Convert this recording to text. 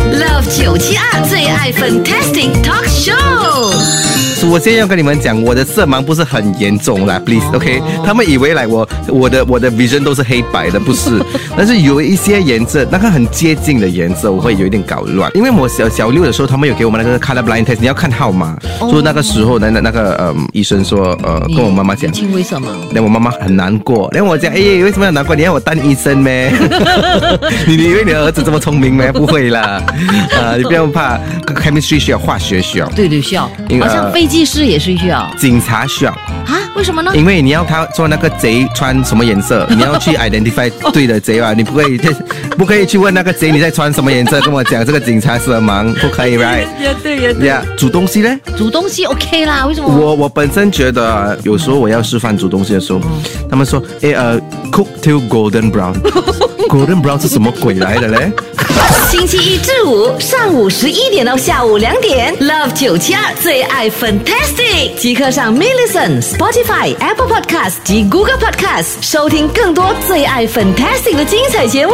Love 九七二最爱 Fantastic Talk Show。我现在要跟你们讲，我的色盲不是很严重啦，please，OK？、他们以为来我我的我的 vision 都是黑白的，不是，但是有一些颜色，那个很接近的颜色，我会有一点搞乱。因为我小小六的时候，他们有给我们那个 color blind test，你要看号码。所以那个时候呢，那那个呃医生说，呃，跟我妈妈讲你，近为什么？那我妈妈很难过，然后我讲，哎，为什么要难过？你让我当医生咩？你你以为你的儿子这么聪明咩？不会啦，啊，你不要怕，chemistry 需要，化学需要，对对，需要因，为好像飞机师也是需要啊？警察需要。为什么呢？因为你要他做那个贼穿什么颜色，你要去 identify 对的贼啊，你不可以不可以去问那个贼你在穿什么颜色，跟我讲这个警察色盲不可以 right？也对也对，呀、煮东西呢？煮东西 OK 啦，为什么？我我本身觉得啊有时候我要示范煮东西的时候，他们说，诶呃，cook till golden brown，golden brown 是什么鬼来的嘞？星期一至五上午十一点到下午两点，Love 九七二最爱 Fantastic，即刻上 m i l l i c e n Spotify、Apple Podcast 及 Google Podcast 收听更多最爱 Fantastic 的精彩节目。